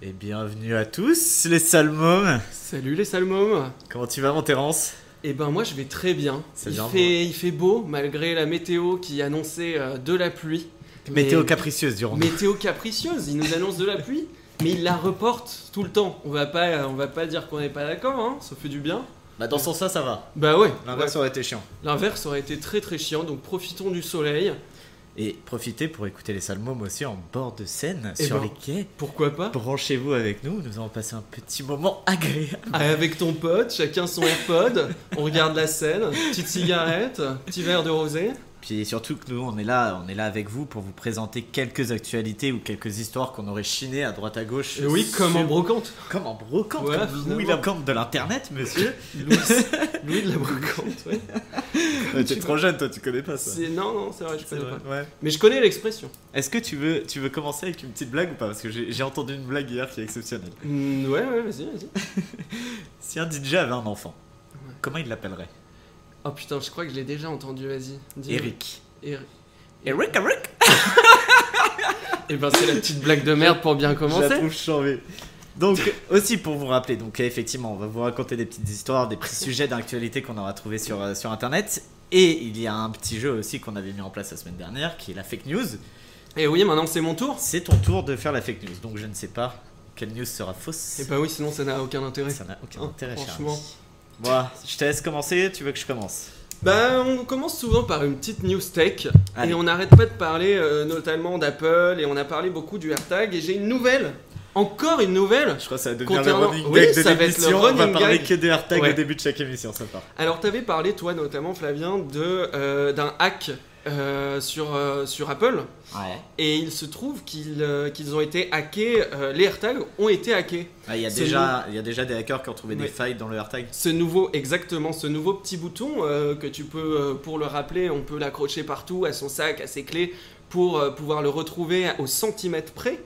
Et bienvenue à tous les salmons Salut les salmômes Comment tu vas mon Terence Eh ben moi je vais très bien. C'est Il bien, fait, il fait beau malgré la météo qui annonçait euh, de la pluie. Mais- Météo capricieuse durant Météo capricieuse, il nous annonce de la pluie, mais il la reporte tout le temps. On va pas, euh, on va pas dire qu'on n'est pas d'accord, hein, ça fait du bien. Bah dans ce sens-là ça va. Bah ouais, L'inverse aurait été chiant. ouais. l'inverse aurait été très très chiant, donc profitons du soleil. Et profitez pour écouter les salmons aussi en bord de Seine, Eh sur ben. les quais. Pourquoi pas Branchez-vous avec nous, nous allons passer un petit moment agréable. Ah, Avec ton pote, chacun son AirPod, on regarde la scène, petite cigarette, petit verre de rosé. Puis surtout que nous on est là, on est là avec vous pour vous présenter quelques actualités ou quelques histoires qu'on aurait chinées à droite à gauche. Et Euh, oui, comme en Sur- brocante. Comme en brocante, Voilà, comme finalement. Louis Lacan de l'internet monsieur. Louis, Louis de la brocante, ouais. Euh, T'es trop jeune toi, tu connais pas ça. C'est- Non, non, c'est vrai, je C'est connais vrai, pas. ouais. Mais je connais l'expression. Est-ce que tu veux, tu veux commencer avec une petite blague ou pas Parce que j'ai j'ai entendu une blague hier qui est exceptionnelle. Mm, ouais, ouais, vas-y, vas-y. Si un DJ avait un enfant, Ouais. comment il l'appellerait Oh putain, je crois que je l'ai déjà entendu, vas-y. dis-le. Eric. Eric. Eric, Eric Eh ben, c'est la petite blague de merde pour bien Je la commencer. trouve chambée. Donc, aussi pour vous rappeler, donc effectivement, on va vous raconter des petites histoires, des petits sujets d'actualité qu'on aura trouvé sur, euh, sur internet. Et il y a un petit jeu aussi qu'on avait mis en place la semaine dernière qui est la fake news. Et Eh oui, maintenant c'est mon tour. C'est ton tour de faire la fake news. Donc, je ne sais pas quelle news sera fausse. Eh bah oui, sinon ça n'a aucun intérêt. Ça n'a aucun Hein, intérêt, cher franchement. ami. Moi, je te laisse commencer, tu veux que je commence Bah, on commence souvent par une petite news tech. Allez. Et on n'arrête pas de parler euh, notamment d'Apple. Et on a parlé beaucoup du AirTag. Et j'ai une nouvelle. Encore une nouvelle. Je crois que ça va devenir le Concernant- running Oui, gag de ça va être le l'émission. On va running parler gag. que des AirTags Ouais. au début de chaque émission, ça part. Alors, t'avais parlé, toi, notamment, Flavien, de, euh, d'un hack euh, sur, euh, sur Apple. Ouais. Et il se trouve qu'ils euh, qu'ils ont été hackés. euh, les AirTags ont été hackés. Ah, Il y, a C'est déjà, il y a déjà des hackers qui ont trouvé des Ouais. failles dans le AirTag. Ce nouveau, exactement, ce nouveau petit bouton euh, que tu peux, euh, pour le rappeler, on peut l'accrocher partout, à son sac, à ses clés, pour euh, pouvoir le retrouver au centimètre près.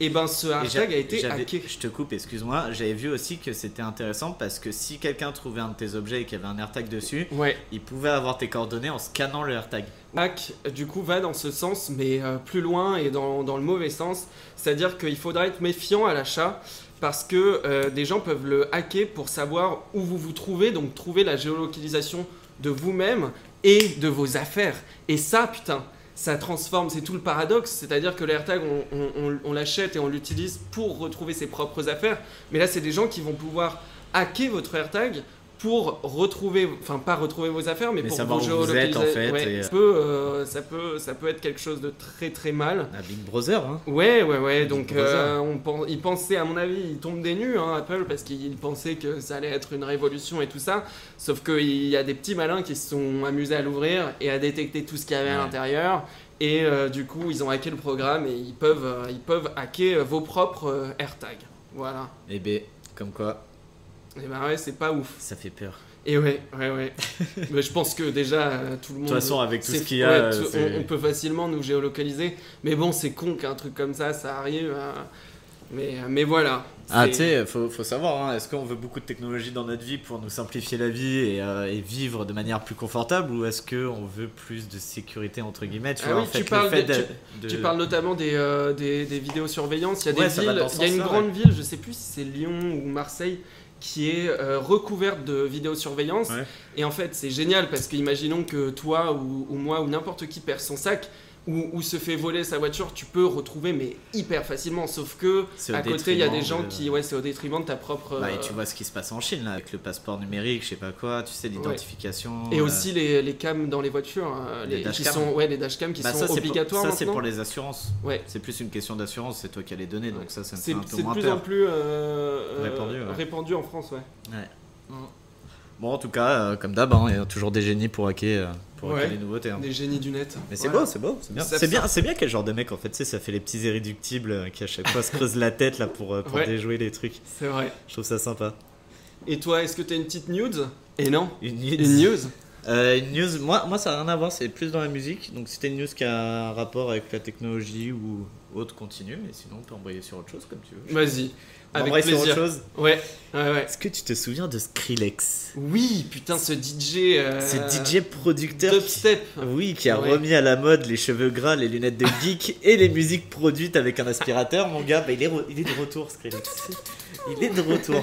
Et ben ce Mm. Et j'a- hashtag a été j'avais- hacké. Je te coupe, excuse-moi. J'avais vu aussi que c'était intéressant parce que si quelqu'un trouvait un de tes objets et qu'il y avait un AirTag dessus, Ouais, il pouvait avoir tes coordonnées en scannant le AirTag. hack du coup va dans ce sens, mais euh, plus loin et dans, dans le mauvais sens. C'est-à-dire qu'il faudra être méfiant à l'achat parce que euh, des gens peuvent le hacker pour savoir où vous vous trouvez, donc trouver la géolocalisation de vous-même et de vos affaires. Et ça, putain, ça transforme, c'est tout le paradoxe. C'est-à-dire que l'AirTag, on, on- on- on l'achète et on l'utilise pour retrouver ses propres affaires. Mais là, c'est des gens qui vont pouvoir hacker votre AirTag pour retrouver, enfin pas retrouver vos affaires, mais, Mais pour savoir vos où vous êtes, en géolocalisa- fait, Ouais, et- ça, peut, euh, ça, peut, ça peut être quelque chose de très très mal. Un Big Brother, hein Ouais, ouais, ouais. Donc, Big Brother. euh, on pense, ils pensaient, à mon avis, ils tombent des nues, hein, Apple, parce qu'ils pensaient que ça allait être une révolution et tout ça. Sauf qu'il y a des petits malins qui se sont amusés à l'ouvrir et à détecter tout ce qu'il y avait à Ouais. l'intérieur. Et euh, du coup, ils ont hacké le programme et ils peuvent, euh, ils peuvent hacker euh, vos propres euh, AirTags. Voilà. Eh ben, comme quoi, Et ben ouais, c'est pas ouf. ça fait peur. Et ouais, ouais, ouais. Mais je pense que déjà, euh, tout De le monde. toute façon, avec tout C'est- ce qu'il y a, ouais, tout- euh, on- c'est- on, peut facilement nous géolocaliser. Mais bon, c'est con qu'un truc comme ça, ça arrive. hein. Mais, mais voilà. Ah, C'est- tu sais, faut, faut savoir, hein, est-ce qu'on veut beaucoup de technologie dans notre vie pour nous simplifier la vie et, euh, et vivre de manière plus confortable ou est-ce qu'on veut plus de sécurité entre guillemets Tu Ah vois, oui, en tu fait, le parles fait de- de- Tu de- parles notamment des, euh, des, des vidéosurveillances. Il y a Ouais, des ça va villes, dans ce il y a une sens-là, grande ville, je sais plus si c'est Lyon ou Marseille, qui est euh, recouverte de vidéosurveillance. Ouais. Et en fait, c'est génial parce qu'imaginons que toi ou, ou moi ou n'importe qui perd son sac ou, ou se fait voler sa voiture, tu peux retrouver mais hyper facilement. Sauf que C'est au à côté, il y a des détriment gens de- qui, ouais, c'est au détriment de ta propre. Bah, et euh, tu vois ce qui se passe en Chine là, avec le passeport numérique, je sais pas quoi, tu sais, l'identification. Et euh, aussi les, les cams dans les voitures, euh, Les les, qui dashcams. sont ouais les dashcams qui bah, sont ça, c'est pour- obligatoires Ça, c'est maintenant. pour les assurances. Ouais. C'est plus une question d'assurance, c'est toi qui as les données, donc ça, ça me fait C'est un peu c'est de moins plus en peur. plus euh, euh, Répandu, répandu, ouais. en France, ouais. Bon, en tout cas, euh, comme d'hab, hein, il y a toujours des génies pour hacker, euh, pour hacker Ouais. les nouveautés. hein. Des génies du net. Mais c'est Voilà. beau, c'est beau, c'est bien. Ça- C'est bien, c'est bien quel genre de mec en fait, tu sais, ça fait les petits irréductibles euh, qui à chaque fois se creusent la tête là pour, euh, pour Ouais. déjouer les trucs. C'est vrai. Je trouve ça sympa. Et toi, est-ce que t'as une petite news Et non, Une nude. une news. Euh, une news, moi, moi ça n'a rien à voir, c'est plus dans la musique. Donc c'était une news qui a un rapport avec la technologie ou autre continue, mais sinon on peut embrayer sur autre chose comme tu veux. Vas-y. On Avec embraye sur autre plaisir. chose. Ouais, ouais, ouais. Est-ce que tu te souviens de Skrillex Oui, putain, ce DJ. euh, C'est DJ producteur. qui- Dubstep. Oui, qui a Ouais. remis à la mode les cheveux gras, les lunettes de geek et les musiques produites avec un aspirateur. Mon gars, bah, il, est re- il est de retour, Skrillex. Il est de retour.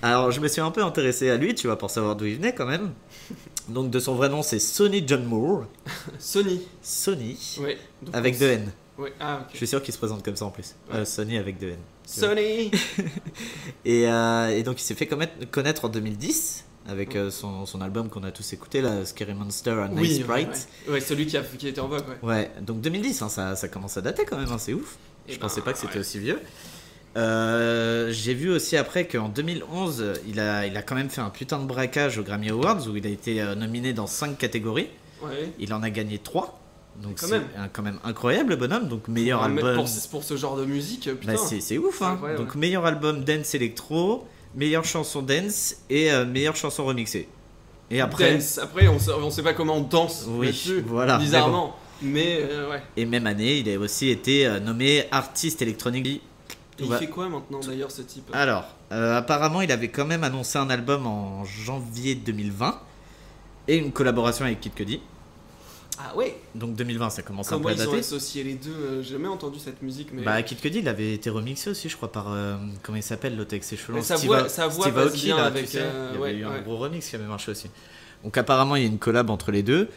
Alors, je me suis un peu intéressé à lui, tu vois, pour savoir d'où il venait quand même. Donc, de son vrai nom, c'est Sonny John Moore. Sony. Sony, Ouais. donc- avec deux N. Ouais, ah, Je ok. suis sûr qu'il se présente comme ça en plus. Euh, Sony avec deux N. Sony. Et, euh, et donc il s'est fait commettre- connaître en 2010 avec euh, son, son album qu'on a tous écouté, là, Scary Monster and Nice Oui, ouais, Sprite. ouais. Ouais, celui qui, a, qui était en vogue, ouais. Ouais, donc 2010, hein, ça, ça commence à dater quand même, hein, c'est ouf. Eh Je ben, pensais pas que c'était ouais. aussi vieux. Euh, J'ai vu aussi après qu'en 2011, il a, il a quand même fait un putain de braquage aux Grammy Awards où il a été euh, nominé dans 5 catégories. Ouais. Il en a gagné 3. Donc Quand c'est même. un- quand même incroyable le bonhomme. Donc meilleur Ah, mais album. Pour, pour ce genre de musique, putain. Bah, c'est c'est ouf, hein. Incroyable. Donc meilleur album dance électro, meilleure chanson dance et euh, meilleure chanson remixée. Et après, Dance. Après, on, sait- on sait pas comment on danse Oui, dessus, voilà, mais bizarrement. Mais, euh, ouais. et même année, il a aussi été euh, nommé artiste électronique. Et Ouais. il fait quoi maintenant d'ailleurs ce type Alors, euh, apparemment, il avait quand même annoncé un album en janvier 2020 et une collaboration avec Kid Cudi. Ah ouais Donc 2020, ça commence un Comment peu à ils ont dater. associé les deux euh, J'ai jamais entendu cette musique, mais. euh, Bah, Kid Cudi, il avait été remixé aussi, je crois, par. euh, comment il s'appelle, l'autre avec ses cheveux Mais longs, sa Steve voix- A- sa voix Steve passe Aoki, bien là, avec, tu sais, il euh, y avait ouais, eu un ouais. gros remix qui avait marché aussi. Donc, apparemment, il y a une collab entre les deux.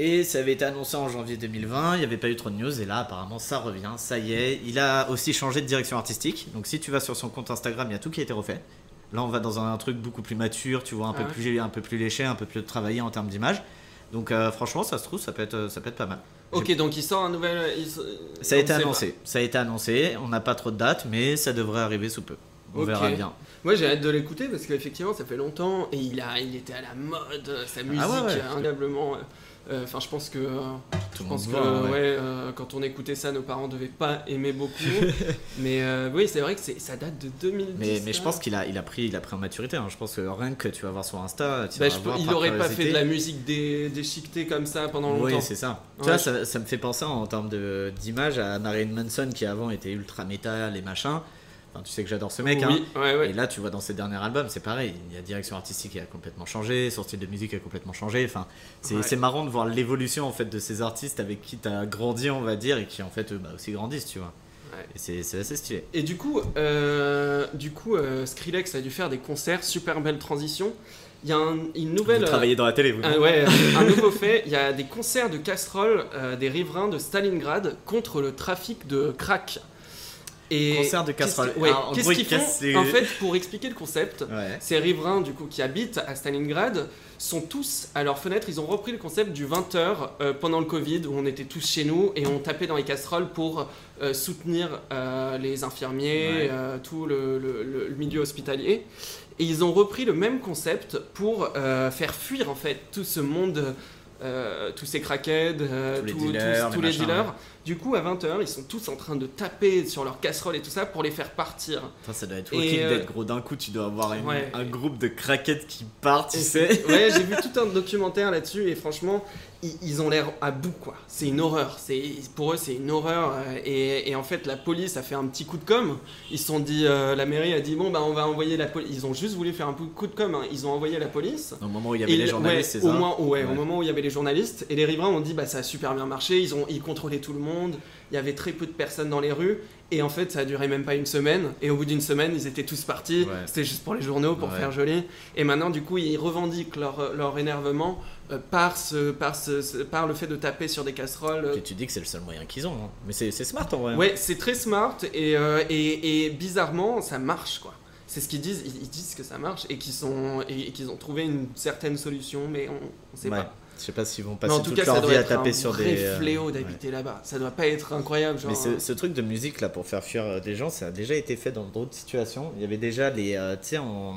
Et ça avait été annoncé en janvier 2020, il n'y avait pas eu trop de news, et là apparemment ça revient, ça y est. Il a aussi changé de direction artistique, donc si tu vas sur son compte Instagram, il y a tout qui a été refait. Là on va dans un, truc beaucoup plus mature, tu vois, un, Ah peu, ouais. plus, un peu plus léché, un peu plus travaillé en termes d'image. Donc euh, franchement ça se trouve, ça peut être, ça peut être pas mal. ok, donc il sort un nouvel. euh, il s- Ça a on été sait annoncé. Ça a été annoncé. On n'a pas trop de dates, mais ça devrait arriver sous peu. On Ok. verra bien. pas. Moi j'ai hâte de l'écouter parce qu'effectivement ça fait longtemps et il, a, il était à la mode, euh, sa musique Ah ouais, ouais. euh, indéniablement. euh, euh, Enfin, je pense que, euh, Tout je le monde pense que voit, hein, ouais. ouais, euh, quand on écoutait ça, nos parents devaient pas aimer beaucoup. mais euh, oui, c'est vrai que c'est- ça date de 2010. Mais, mais je hein. pense qu'il a, il a pris, il a pris en maturité. hein. Je pense que rien que tu vas voir sur Insta, tu Bah, vas je peux- voir il par aurait pas fait de curiosité. la musique dé- déchiquetée comme ça pendant longtemps. Oui, c'est ça. Ouais, tu vois, je- ça, ça me fait penser en termes de- d'image à Marilyn Manson qui avant était ultra métal et machin. Enfin, tu sais que j'adore ce mec. hein. oui, ouais, ouais. Et là, tu vois dans ses derniers albums, c'est pareil. Il y a direction artistique qui a complètement changé, son style de musique a complètement changé. Enfin, c'est Ouais. c'est marrant de voir l'évolution en fait de ces artistes avec qui t'as grandi, on va dire, et qui en fait eux, bah, aussi grandissent, tu vois. Ouais. Et c'est c'est assez stylé. Et du coup, euh, du coup euh, Skrillex a dû faire des concerts, super belle transition. Il y a un- une nouvelle. Vous travaillez dans la télé, vous. euh, un- ouais, un nouveau fait. Il y a des concerts de casseroles euh, des riverains de Stalingrad contre le trafic de crack. Et Concert de qu'est-ce casseroles. que- ouais, Ah, en Qu'est-ce gros, qu'ils ils cassent font les- En fait, pour expliquer le concept, Ouais. ces riverains du coup qui habitent à Stalingrad sont tous à leurs fenêtres. Ils ont repris le concept du 20h pendant le Covid où on était tous chez nous et on tapait dans les casseroles pour euh, soutenir euh, les infirmiers, Ouais. euh, tout le, le- le- le milieu hospitalier. Et ils ont repris le même concept pour euh, faire fuir en fait tout ce monde. euh, tous ces crackheads, euh, Tous les tout- dealers, tous- les tous les machins, dealers. Du coup, à 20h, ils sont tous en train de taper sur leurs casseroles et tout ça pour les faire partir. Putain, ça doit être Et, Walking euh, Dead, gros. D'un coup, tu dois avoir une- Ouais. un groupe de craquettes qui part, tu sais. Ouais, j'ai vu tout un documentaire là-dessus et franchement, ils, ils ont l'air à bout quoi. C'est une horreur. C'est pour eux, c'est une horreur. euh, Et, et en fait, la police a fait un petit coup de com. Ils se sont dit, euh, la mairie a dit bon bah on va envoyer la police. Ils ont juste voulu faire un peu de coup de com. hein. Ils ont envoyé la police. Au moment où il y Et avait les il- journalistes, ouais, c'est au ça moins- ouais, au Ouais. moment où il y avait les journalistes et les riverains ont dit bah ça a super bien marché. Ils ont ils contrôlaient tout le monde. Il y avait très peu de personnes dans les rues. Et en fait, ça a duré même pas une semaine. Et au bout d'une semaine, ils étaient tous partis. Ouais. C'était juste pour les journaux, pour Ouais. faire joli. Et maintenant, du coup, ils revendiquent leur, leur énervement euh, par, ce, par, ce, ce- par le fait de taper sur des casseroles. Que tu dis que c'est le seul moyen qu'ils ont. hein. Mais c'est c'est smart en vrai. euh, Ouais, c'est très smart et, euh, et, et bizarrement, ça marche quoi. C'est ce qu'ils disent, ils, ils disent que ça marche et qu'ils sont- et, et qu'ils ont trouvé une certaine solution, mais on, on sait Ouais. pas. Je sais pas s'ils vont Mais passer en tout toute cas, ça leur doit vie à être taper un sur vrai des. euh, fléau ouais. d'habiter là-bas. Ça doit pas être incroyable, genre. Mais ce, ce truc de musique là pour faire fuir euh, des gens, ça a déjà été fait dans d'autres situations. Il y avait déjà les, euh, tu sais, en-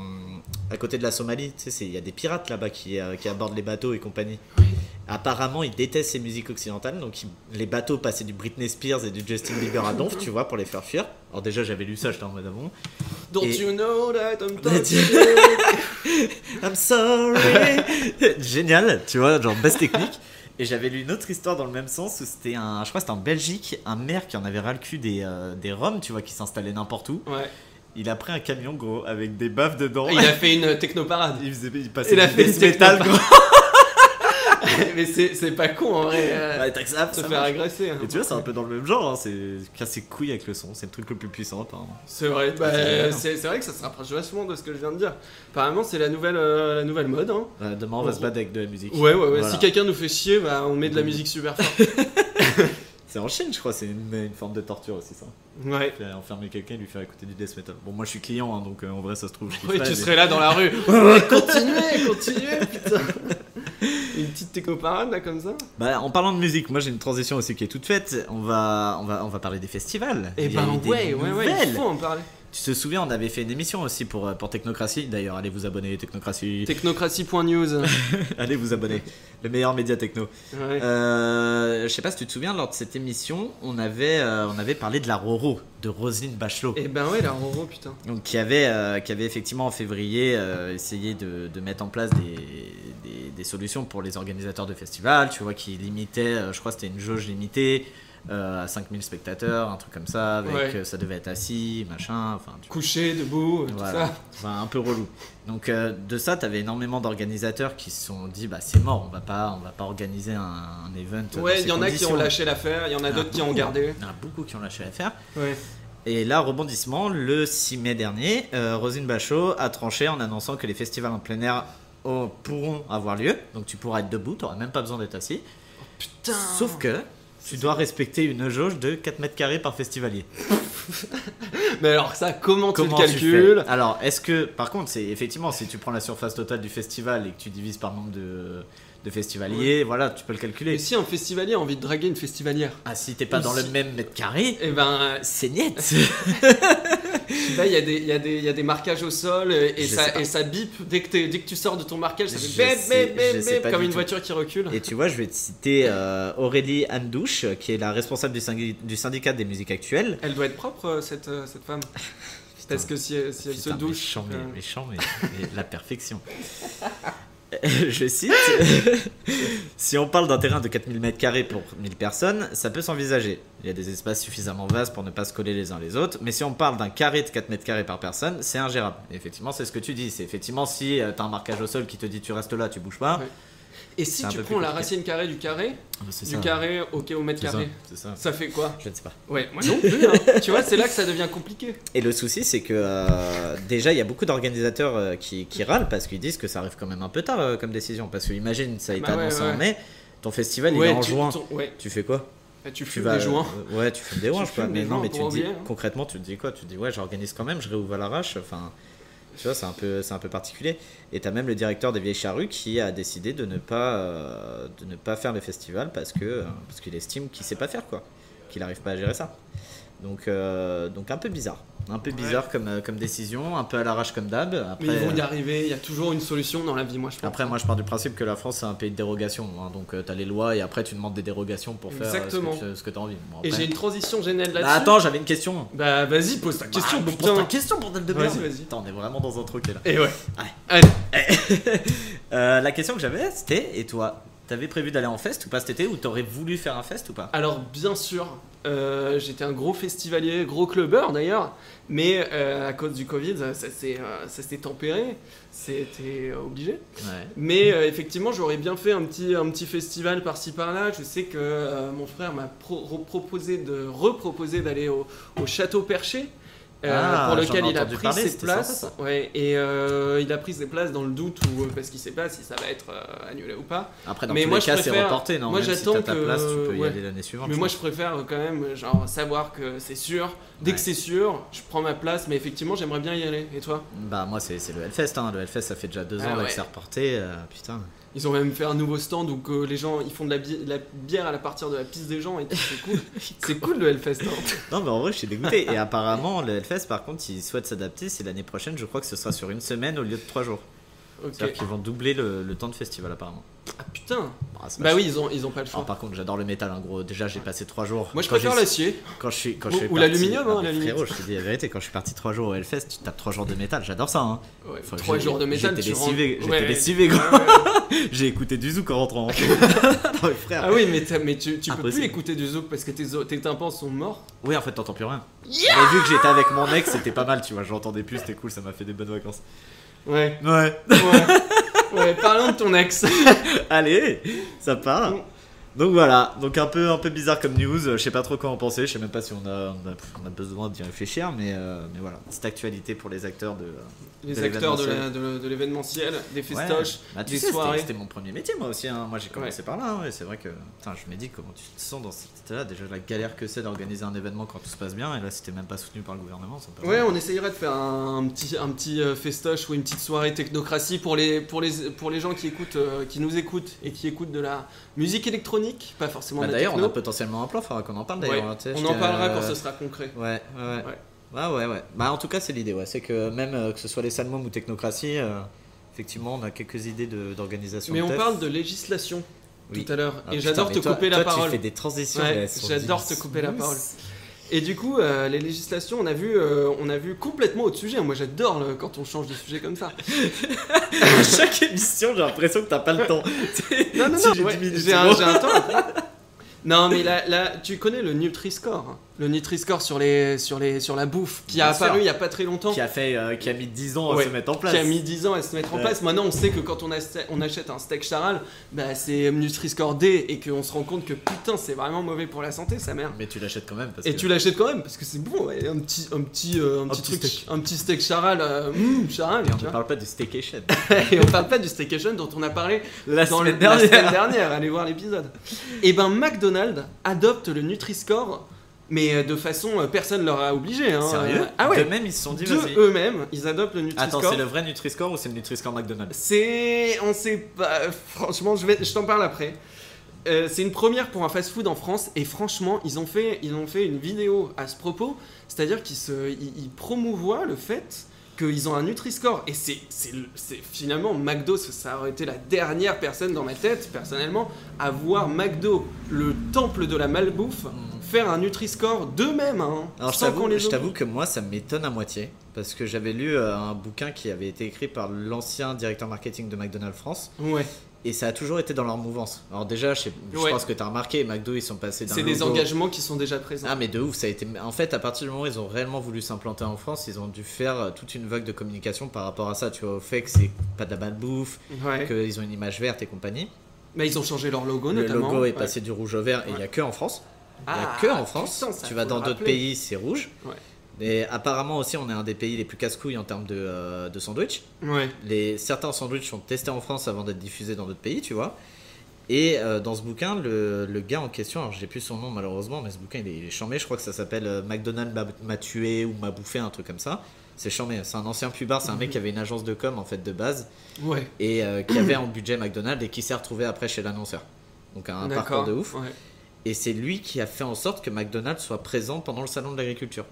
à côté de la Somalie, tu sais, c'est- il y a des pirates là-bas qui, euh, qui abordent les bateaux et compagnie. Apparemment, il déteste ces musiques occidentales, donc il- les bateaux passaient du Britney Spears et du Justin Bieber à Donf, tu vois, pour les faire fuir. Alors déjà, j'avais lu ça, j'étais en mode ah avant. Don't Et- you know that I'm That you- touching I'm sorry. Génial, tu vois, genre basse technique. Et j'avais lu une autre histoire dans le même sens où c'était un, je crois que c'était en Belgique, un maire qui en avait ras le cul des, euh, des Roms, tu vois, qui s'installaient n'importe où. Ouais. Il a pris un camion gros avec des baffes dedans. Il a fait une technoparade. Il, faisait, il passait Il a du fait death une metal, techno- gros. Mais c'est c'est pas con en vrai. euh, Ouais, t'as que ça, se ça faire marche. agresser. hein. Et tu vois, c'est un peu dans le même genre, hein, c'est casser couilles avec le son, c'est le truc le plus puissant hein. apparemment. C'est vrai, bah, C'est- hein. c'est c'est vrai que ça se rapproche vachement de ce que je viens de dire. Apparemment, c'est la nouvelle, euh, la nouvelle mode. hein. Euh, demain, on va se battre avec de la musique. Ouais, ouais, ouais. Voilà. Si quelqu'un nous fait chier, bah, on met Mm. de la musique super forte. C'est en Chine, je crois, c'est une, une forme de torture aussi, ça. Ouais. Faire enfermer quelqu'un et lui faire écouter du death metal. Bon, moi je suis client, hein, donc euh, en vrai, ça se trouve, je kiffe Oui, pas, tu mais- serais là dans la rue. Ouais, continuez, continuez, putain. Une petite technoparade là comme ça. Bah, en parlant de musique, moi j'ai une transition aussi qui est toute faite. On va, on va, on va parler des festivals. Et Il y a bah eu des ouais, ouais, ouais, il nouvelles. faut en parler. Tu te souviens, on avait fait une émission aussi pour, euh, pour Technocratie. D'ailleurs, allez vous abonner, Technocratie. Technocratie.news. allez vous abonner. Le meilleur média techno. Ouais. Euh, je sais pas si tu te souviens, lors de cette émission, on avait, euh, on avait parlé de la Roro, de Roselyne Bachelot. Et ben ouais, la Roro, putain. Donc, qui avait, euh, qui avait effectivement en février euh, essayé de, de mettre en place des, des, des solutions pour les organisateurs de festivals, tu vois, qui limitaient, euh, je crois que c'était une jauge limitée euh, à 5000 spectateurs, un truc comme ça, avec Ouais. euh, ça devait être assis, machin, enfin, tu Couché, debout, euh, tout Voilà. ça. Enfin, un peu relou. Donc euh, de ça, tu avais énormément d'organisateurs qui se sont dit, bah c'est mort, on va pas, on va pas organiser un, un event. dans Ouais, ces il y en a qui ont conditions. lâché l'affaire, il y en a Ah, d'autres qui ont beaucoup. gardé. Il y en a beaucoup qui ont lâché l'affaire. Ouais. Et là, rebondissement, le 6 mai dernier, euh, Rosine Bachot a tranché en annonçant que les festivals en plein air euh, pourront avoir lieu. Donc tu pourras être debout, tu même pas besoin d'être assis. Putain. Sauf que tu dois respecter une jauge de 4 mètres carrés par festivalier. Mais alors ça, comment, Comment tu tu le calcules fais Alors, est-ce que, par contre, c'est effectivement, si tu prends la surface totale du festival et que tu divises par nombre de, de festivaliers, voilà, tu peux le calculer. Et si un festivalier a envie de draguer une festivalière Ah, si t'es pas dans le si- même mètre carré, Eh ben, c'est net. Là, il y, a des- il y a des- il y a des marquages au sol euh, et, Je sais ça, pas. et ça bip dès que, t'es- dès que tu sors de ton marquage, ça Je fait bip, sais- bip, je bip, sais bip, pas comme du une tout. voiture qui recule. Et tu vois, je vais te citer euh, Aurélie Andouche, qui est la responsable du, syndi- du syndicat des musiques actuelles. Elle doit être propre, euh, cette, euh, cette femme. Parce que si, elle- si elle se Putain, mais douche. chant, mais- euh, mais chant, mais- mais la perfection. Je cite Si on parle d'un terrain de 4000 mètres carrés pour 1000 personnes, ça peut s'envisager. Il y a des espaces suffisamment vastes pour ne pas se coller les uns les autres, mais si on parle d'un carré de 4 mètres carrés par personne, c'est ingérable. Et effectivement, c'est ce que tu dis. C'est effectivement si euh, t'as un marquage au sol qui te dit tu restes là, tu bouges pas. Ouais. Et si C'est un tu peu prends plus la compliqué. racine carrée du carré, Ah, c'est du ça. carré au au mètre C'est ça. carré, C'est ça. ça fait quoi Je ne sais pas. Ouais, moi non plus. hein. tu vois, c'est là que ça devient compliqué. Et le souci, c'est que euh, déjà, il y a beaucoup d'organisateurs euh, qui, qui râlent parce qu'ils disent que ça arrive quand même un peu tard euh, comme décision. Parce que imagine, ça a été Bah ouais, annoncé ouais. en mai, ton festival il est ouais, en tu, juin. ton- ouais, Tu fais quoi bah, tu Tu fumes des joints. euh, ouais, tu fumes des joints, Tu je sais pas. fumes Mais des non, joints mais tu pour te dis, oublier, hein. concrètement, tu te dis quoi Tu te dis, ouais, j'organise quand même, je réouvre à l'arrache. Enfin, tu vois, c'est un peu, c'est un peu particulier. Et t'as même le directeur des Vieilles Charrues qui a décidé de ne pas, euh, de ne pas faire le festival parce que, euh, parce qu'il estime qu'il sait pas faire quoi, qu'il arrive pas à gérer ça. Donc, euh, donc un peu bizarre, un peu Ouais. bizarre comme, euh, comme décision, un peu à l'arrache comme d'hab. Après, Mais ils vont y euh, arriver, il y a toujours une solution dans la vie, moi je pense. après, moi, je pars du principe que la France c'est un pays de dérogation. hein. donc, euh, t'as les lois et après, tu demandes des dérogations pour faire euh, Exactement. ce que tu- ce que t'as envie. Bon, Et après- j'ai une transition géniale Bah, là-dessus. attends, j'avais une question. Bah vas-y, pose ta question, Bah, bon pose ta putain. question, bordel de Vas-y, merde. vas-y. Putain, on est vraiment dans un truc là. Et ouais. Ouais. Allez. Euh, la question que j'avais, c'était et toi T'avais prévu d'aller en fest ou pas cet été Ou t'aurais voulu faire un fest ou pas Alors bien sûr, euh, j'étais un gros festivalier, gros clubbeur d'ailleurs, mais euh, à cause du Covid, ça s'est euh, ça s'est tempéré, c'était euh, obligé. Ouais. Mais euh, effectivement, j'aurais bien fait un petit, un petit festival par-ci par-là. Je sais que euh, mon frère m'a pro- proposé de reproposer d'aller au, au château perché. euh, Ah, pour j'en lequel ai il a entendu pris parler, ses c'était sympa, places, ça. ouais, et euh, il a pris ses places dans le doute ou euh, parce qu'il sait pas si ça va être euh, annulé ou pas. Après, dans Mais tous moi, les je cas, c'est préfère- reporté. Non moi, Même si j'attends t'as ta que- place, tu peux y ouais. aller l'année suivante. Mais je moi, pense. je préfère euh, quand même, genre, savoir que c'est sûr. Dès Ouais. que c'est sûr, je prends ma place, mais effectivement, j'aimerais bien y aller. Et toi Bah, moi, c'est c'est le Hellfest. Hein. Le Hellfest, ça fait déjà deux Ah ans là, ouais. que c'est reporté. euh, putain. Ils ont même fait un nouveau stand où que les gens ils font de la, bi- de la bière à la partir de la piste des gens et tout, c'est cool. c'est cool le Hellfest. hein. Non, mais en vrai, je suis dégoûté. et apparemment, le Hellfest, par contre, ils souhaitent s'adapter. C'est l'année prochaine, je crois que ce sera sur une semaine au lieu de trois jours. Ok. C'est-à-dire qu'ils vont doubler le, le temps de festival, apparemment. Ah putain Ah, c'est Bah pas oui, cher. ils ont, ils ont pas le Alors, choix. Ah, par contre, j'adore le métal, en gros. Déjà, j'ai passé trois jours. Moi je Quand préfère j'ai- l'acier. Quand je suis, quand Ou- je suis ou ou l'aluminium, hein, à la frérot, je limite. te dis la vérité, quand je suis parti 3 jours au Hellfest, tu tapes 3 jours de métal, j'adore ça. Hein. Ouais, Enfin, Trois j'ai- jours de métal, J'étais tu rentres- lessivé, j'étais Ouais. lessivé, gros. Ouais, ouais. J'ai écouté du zouk en rentrant. non, mais frère. Ah oui, mais, t'as- mais tu, tu peux Impossible. plus écouter du zouk parce que tes, o- tes tympans sont morts. Oui, en fait, t'entends plus rien. Mais vu que j'étais avec mon ex, c'était pas mal, tu vois. J'entendais plus, c'était cool, ça m'a fait des bonnes vacances. Ouais, Ouais. ouais. ouais, parlons de ton ex. Allez, ça part. Mm. Donc voilà, donc un peu, un peu bizarre comme news. euh, Je sais pas trop quoi en penser. Je sais même pas si on a, on a, pff, on a besoin d'y réfléchir, mais, euh, mais voilà, petite actualité pour les acteurs de. euh, Les De acteurs de la- l'événementiel. de de l'événementiel, des festoches. ouais. Bah, tu des sais, c'était- soirées. C'était mon premier métier, moi aussi. hein. Moi, j'ai commencé par là. hein, et c'est vrai que, putain, je me dis comment tu te sens dans cet état-là. Déjà la galère que c'est d'organiser un événement quand tout se passe bien. Et là, c'était même pas soutenu par le gouvernement. Ça me paraît- Ouais, on essayerait de faire un, un petit, un petit euh, festoche ou une petite soirée technocratie pour les, pour les, pour les gens qui, écoutent, euh, qui nous écoutent et qui écoutent de la musique électronique, pas forcément Bah, de la d'ailleurs, on techno. a potentiellement un plan. Faudra qu'on en parle d'ailleurs. Ouais, hein, tu sais, on je en t'ai- parlera quand euh, ce sera concret. Ouais, ouais, ouais. Ouais. Ouais, ouais, ouais. Bah, en tout cas, c'est l'idée, ouais. C'est que même euh, que ce soit les Salmom ou Technocratie, euh, effectivement, on a quelques idées de- d'organisation. Mais de on teuf. parle de législation Oui. tout à l'heure Ah, et putain, j'adore mais te toi- couper la toi, parole. Tu fais des transitions. Ouais, mais elles sont j'adore te douces. couper la parole. Et du coup, euh, les législations, on a vu, euh, on a vu complètement autre sujet. Moi, j'adore le- quand on change de sujet comme ça. À chaque émission, j'ai l'impression que t'as pas le temps. Non, non, Si non, j'ai ouais, dix minutes, j'ai c'est un, bon. j'ai un temps. Non, mais là, là, tu connais le Nutri-Score. hein. Le Nutri-Score sur, les, sur, les, sur la bouffe qui a Bien sûr. apparu il n'y a pas très longtemps, qui a fait, euh, qui a mis 10 ans Ouais, à se mettre en place. qui a mis 10 ans à se mettre en Ouais. place. Maintenant, on sait que quand on, achète- on achète un steak charal, bah, c'est Nutri-Score D et qu'on se rend compte que putain, c'est vraiment mauvais pour la santé, sa mère. Mais tu l'achètes quand même parce Et que tu l'achètes quand même parce que c'est bon, ouais, un petit, un petit, euh, un petit, petit truc, steak. un petit steak charal, euh, mm, charal. Et on tu ne vois. parle pas de staycation. Et on parle pas du staycation dont on a parlé la dans le, semaine la dernière. semaine dernière. Allez voir l'épisode. Et ben McDonald's adopte le Nutri-Score, mais de façon euh, personne leur a obligé. hein. Sérieux Ah De ouais. même, ils se sont dit, vas-y. De eux-mêmes, ils adoptent le Attends, Nutri-Score. c'est le vrai Nutri-Score ou c'est le Nutri-Score McDonald's C'est, on sait pas. Franchement, je vais, je t'en parle après. Euh, c'est une première pour un fast-food en France et franchement, ils ont fait, ils ont fait une vidéo à ce propos, c'est-à-dire qu'ils se, ils, ils promouvoient le fait qu'ils ont un Nutri-Score et c'est, c'est, le- c'est finalement McDo, ça- ça aurait été la dernière personne dans ma tête personnellement à voir McDo, le temple de la malbouffe, faire un Nutri-Score d'eux-mêmes, hein, Alors, je sans qu'on t'avoue- les je oblige. t'avoue que moi, ça m'étonne à moitié. Parce que j'avais lu euh, un bouquin qui avait été écrit par l'ancien directeur marketing de McDonald's France. Ouais, Et ça a toujours été dans leur mouvance. Alors, déjà, je, sais- je Ouais. pense que t'as remarqué, McDo, ils sont passés d'un. c'est des logo- engagements qui sont déjà présents. Ah, mais de ouf, ça a été. En fait, à partir du moment où ils ont réellement voulu s'implanter en France, ils ont dû faire euh, toute une vague de communication par rapport à ça. Tu vois, au fait que c'est pas de la bonne bouffe, Ouais. qu'ils ont une image verte et compagnie. Mais ils ont changé leur logo Le notamment. logo est Ouais. passé du rouge au vert et il n'y a que en France. Il n'y a Ah, que en France. putain, ça, tu vas faut dans le d'autres rappeler. pays, c'est rouge. Ouais. Mais apparemment aussi, on est un des pays les plus casse-couilles en termes de, euh, de sandwich. Ouais. Les, certains sandwichs sont testés en France avant d'être diffusés dans d'autres pays, tu vois. Et euh, dans ce bouquin, le, le gars en question, alors j'ai plus son nom malheureusement, mais ce bouquin il est, il est chambé, je crois que ça s'appelle euh, McDonald's m'a- m'a tué ou m'a bouffé, un truc comme ça. C'est chambé, c'est un ancien pubard, c'est un mec Mhm. qui avait une agence de com en fait de base Ouais. et euh, qui avait en budget McDonald's et qui s'est retrouvé après chez l'annonceur. Donc un parcours D'accord. de ouf. Ouais. Et c'est lui qui a fait en sorte que McDonald's soit présent pendant le salon de l'agriculture.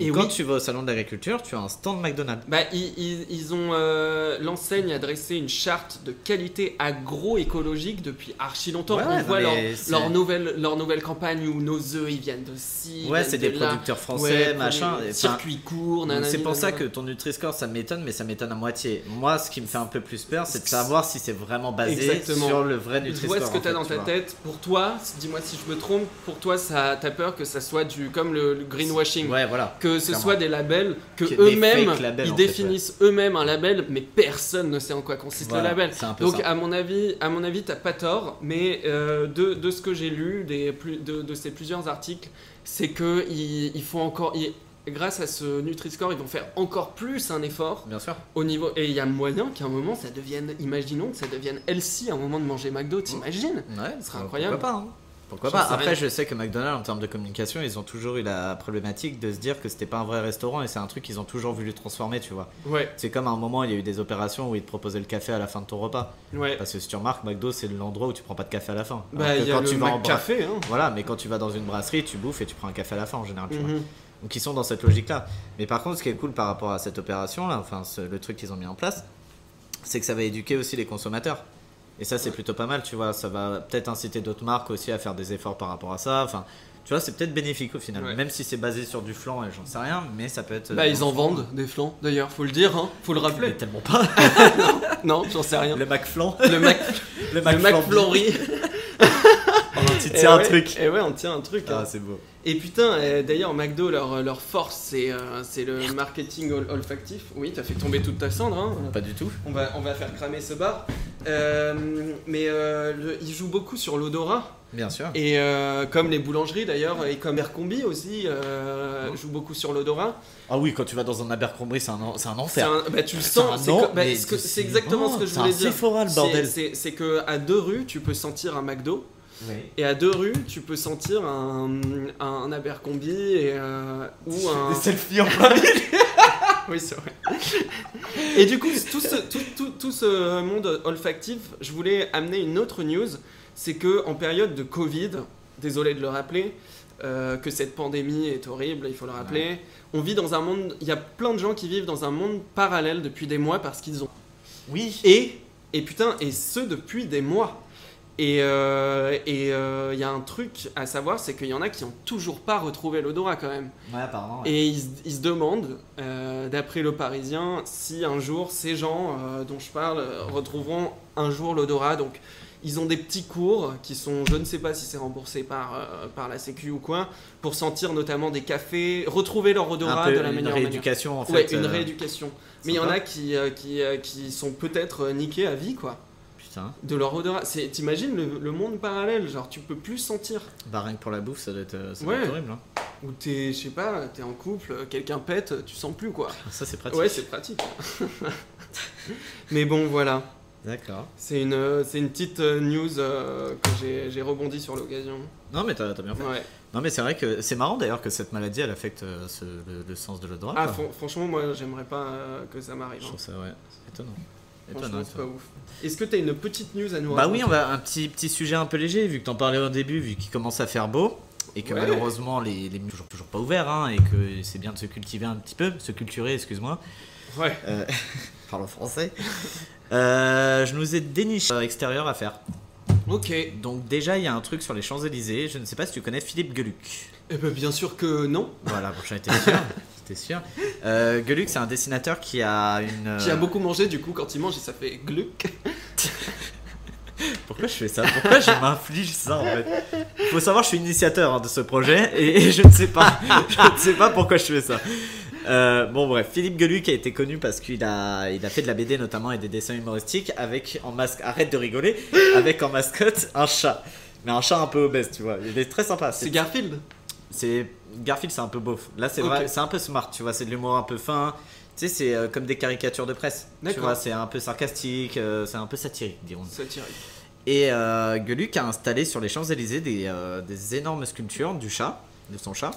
Et Et quand oui. tu vas au salon de l'agriculture, tu as un stand McDonald's. Bah, ils, ils- ils ont. euh, L'enseigne a dressé une charte de qualité agroécologique depuis archi longtemps. Ouais, On ouais, voit non, leur, mais c'est- leur nouvelle, leur nouvelle campagne où nos œufs ils viennent de ci. ils Ouais, c'est des viennent de là. producteurs Ouais, français, produits- machin. et enfin, Circuit court, nanani, C'est pour ça que nanana. ton Nutri-Score, ça m'étonne, mais ça m'étonne à moitié. Moi, ce qui me fait un peu plus peur, c'est de savoir si c'est vraiment basé Exactement. sur le vrai Je Nutri-Score. vois ce que en t'as fait, dans tu ta vois. tête. Pour toi, dis-moi si je me trompe, pour toi, ça- t'as peur que ça soit du. comme le, le greenwashing. Ouais, voilà. que ce Clairement. soit des labels que Qui- des eux-mêmes fake labels, ils en fait, définissent eux-mêmes un label mais personne ne sait en quoi consiste Voilà, le label c'est un peu donc ah, ça. à mon avis à mon avis t'as pas tort mais euh, de, de ce que j'ai lu des plus- de, de ces plusieurs articles c'est que ils, ils font encore ils- grâce à ce Nutri-Score ils vont faire encore plus un effort Bien sûr. au niveau et il y a moyen qu'à un moment ça devienne imaginons que ça devienne healthy à un moment de manger McDo t'imagines Ouais, Ce serait pour- incroyable. Pourquoi pas hein. Pourquoi J'en pas sais rien. Après, je sais que McDonald's, en termes de communication, ils ont toujours eu la problématique de se dire que c'était pas un vrai restaurant et c'est un truc qu'ils ont toujours voulu transformer, tu vois. ouais C'est comme à un moment, il y a eu des opérations où ils te proposaient le café à la fin de ton repas. ouais Parce que si tu remarques, McDo, c'est l'endroit où tu prends pas de café à la fin. Alors bah que il y a quand le tu vas en brasserie- café hein Voilà, mais quand tu vas dans une brasserie, tu bouffes et tu prends un café à la fin en général. tu vois. Mhm. Donc ils sont dans cette logique-là. Mais par contre, ce qui est cool par rapport à cette opération-là, enfin ce- le truc qu'ils ont mis en place, c'est que ça va éduquer aussi les consommateurs. Et ça, c'est plutôt pas mal, tu vois. Ça va peut-être inciter d'autres marques aussi à faire des efforts par rapport à ça. Enfin, tu vois, c'est peut-être bénéfique au final. Ouais. Même si c'est basé sur du flan et j'en sais rien, mais ça peut être. euh, Bah, ils en vendent des flans, d'ailleurs, faut le dire, hein, faut le Mais rappeler. tellement pas. Non, j'en sais rien. Le Mac flan. Le Mac, Le le Mac Mac flan. Fleury. Oh, tu tiens un Eh ouais, truc. Eh ouais, on tient un truc. hein. Ah, c'est beau. Et putain, euh, d'ailleurs, McDo, leur, leur force, c'est euh, c'est le marketing ol- olfactif. Oui, t'as fait tomber toute ta cendre, hein. Pas du tout. On va, on va faire cramer ce bar. Euh, mais euh, le- ils jouent beaucoup sur l'odorat. Bien sûr. Et euh, comme les boulangeries d'ailleurs, et comme Aircombi aussi, Oh. euh, jouent beaucoup sur l'odorat. Ah oui, quand tu vas dans un Abercrombie, c'est un, en- c'est un C'est enfer. un- bah, tu le C'est un sens. C'est an, co- bah, mais ce que- c'est- oh, c'est exactement ce que je c'est voulais un dire. Sephora, le C'est- bordel. C'est c'est que à deux rues, tu peux sentir un McDo. Oui. Et à deux rues, tu peux sentir un, un Abercrombie et, euh, ou un. Des selfies en plein milieu. Oui, c'est vrai. Et du coup, tout ce, tout, tout- tout ce monde olfactif, je voulais amener une autre news, c'est que en période de Covid, désolé de le rappeler, euh, que cette pandémie est horrible, il faut le rappeler, on vit dans un monde, il y a plein de gens qui vivent dans un monde parallèle depuis des mois parce qu'ils ont Oui. et, et putain, et ce depuis des mois. Et il et euh, il y a un truc à savoir, c'est qu'il y en a qui n'ont toujours pas retrouvé l'odorat quand même. Ouais, apparemment. ouais. Et ils, se- ils se demandent, euh, d'après le Parisien, si un jour ces gens euh, dont je parle euh, retrouveront un jour l'odorat. Donc ils ont des petits cours qui sont, je ne sais pas si c'est remboursé par, euh, par la Sécu ou quoi, pour sentir notamment des cafés, retrouver leur un odorat peu de la une meilleure manière. rééducation en fait. ouais, une euh, rééducation. Mais il y en sympa. a qui, euh, qui, euh, qui sont peut-être euh, niqués à vie, quoi. Putain. De leur odorat. C'est- T'imagines le, le monde parallèle, genre tu peux plus sentir. Bah rien que pour la bouffe, ça doit être, euh, ça doit Ouais. être horrible. hein. Ou t'es, je sais pas, t'es en couple, euh, quelqu'un pète, tu sens plus, quoi. Ah, Ça c'est pratique. Ouais, c'est pratique. Mais bon, voilà. D'accord. C'est une, euh, c'est une petite euh, news euh, que j'ai- j'ai rebondi sur l'occasion. Non mais t'as t'as bien fait. Ouais. Non mais c'est vrai que c'est marrant d'ailleurs que cette maladie elle affecte euh, ce- le, le sens de l'odorat. Ah, quoi. fran- franchement, moi, j'aimerais pas euh, que ça m'arrive. Je hein. trouve ça ouais, c'est étonnant. Étonnant. Franchement, c'est pas étonnant. ouf. Est-ce que t'as une petite news à nous Bah raconter oui, on va un petit petit sujet un peu léger vu que t'en parlais au début, vu qu'il commence à faire beau et que Ouais. malheureusement les les murs sont toujours, toujours pas ouverts hein, et que c'est bien de se cultiver un petit peu, se culturer, excuse-moi. Ouais. Euh, parle français. Euh, je nous ai déniché euh, extérieur à faire. Ok. Eh Donc déjà il y a un truc sur les Champs-Élysées, je ne sais pas si tu connais Philippe Geluc. ben, bien sûr que non. Voilà, bon, j'en étais sûr. J'étais sûr. Euh, Geluc, c'est un dessinateur qui a une. euh, Qui a beaucoup mangé, du coup, quand il mange, ça fait gluck. Pourquoi je fais ça Pourquoi je m'inflige ça en fait Il faut savoir, je suis initiateur hein, de ce projet et, et je ne sais pas, je ne sais pas pourquoi je fais ça. Euh, bon bref, Philippe Geluc a été connu parce qu'il a, il a fait de la BD notamment et des dessins humoristiques avec en masque, arrête de rigoler, avec en mascotte un chat. Mais un chat un peu obèse, tu vois. Il est très sympa. C'est Garfield. C'est Garfield, c'est un peu beauf. Là, c'est Ok. vrai, c'est un peu smart, tu vois, c'est de l'humour un peu fin. Tu sais, c'est euh, comme des caricatures de presse. Tu D'accord. vois, c'est un peu sarcastique, euh, c'est un peu satirique, dirons. Ah Satirique. Et euh, Gueluc a installé sur les Champs-Élysées des, euh, des énormes sculptures du chat, de son chat,